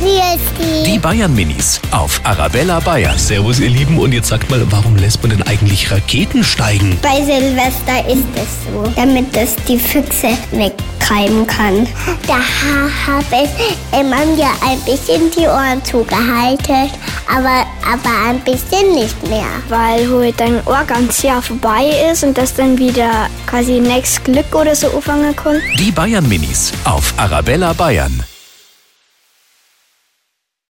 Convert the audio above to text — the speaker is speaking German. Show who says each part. Speaker 1: Wie ist die?
Speaker 2: Die Bayern Minis auf Arabella Bayern.
Speaker 3: Servus, ihr Lieben. Und jetzt sagt mal, warum lässt man denn eigentlich Raketen steigen?
Speaker 1: Bei Silvester ist es so, damit es die Füchse wegtreiben kann. Da habe ich immer mir ein bisschen die Ohren zugehalten, aber, aber ein bisschen nicht mehr.
Speaker 4: weil halt dein Ohr ganz Jahr vorbei ist und das dann wieder quasi nächstes Glück oder so anfangen kann.
Speaker 2: Die Bayern Minis auf Arabella Bayern.